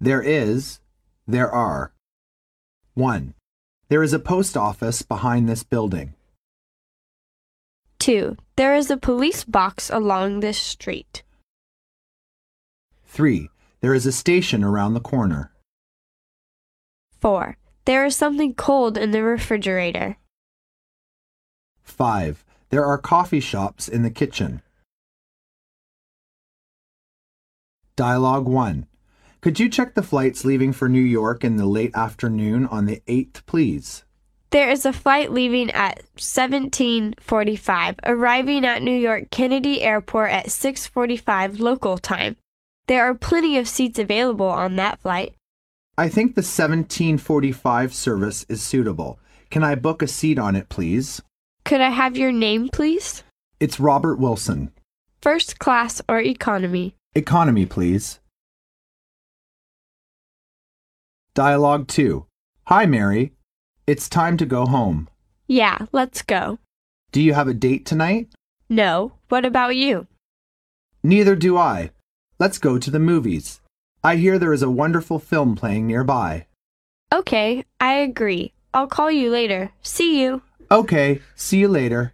There is, there are. 1. There is a post office behind this building. 2. There is a police box along this street. 3. There is a station around the corner. 4. There is something cold in the refrigerator. 5. There are coffee shops in the kitchen. Dialogue 1. Could you check the flights leaving for New York in the late afternoon on the 8th, please? There is a flight leaving at 17:45, arriving at New York Kennedy Airport at 6:45 local time. There are plenty of seats available on that flight. I think the 1745 service is suitable. Can I book a seat on it, please? Could I have your name, please? It's Robert Wilson. First class or economy? Economy, please. Dialogue 2. Hi, Mary. It's time to go home. Yeah, let's go. Do you have a date tonight? No, what about you? Neither do I. Let's go to the movies. I hear there is a wonderful film playing nearby. Okay, I agree. I'll call you later. See you. Okay, see you later.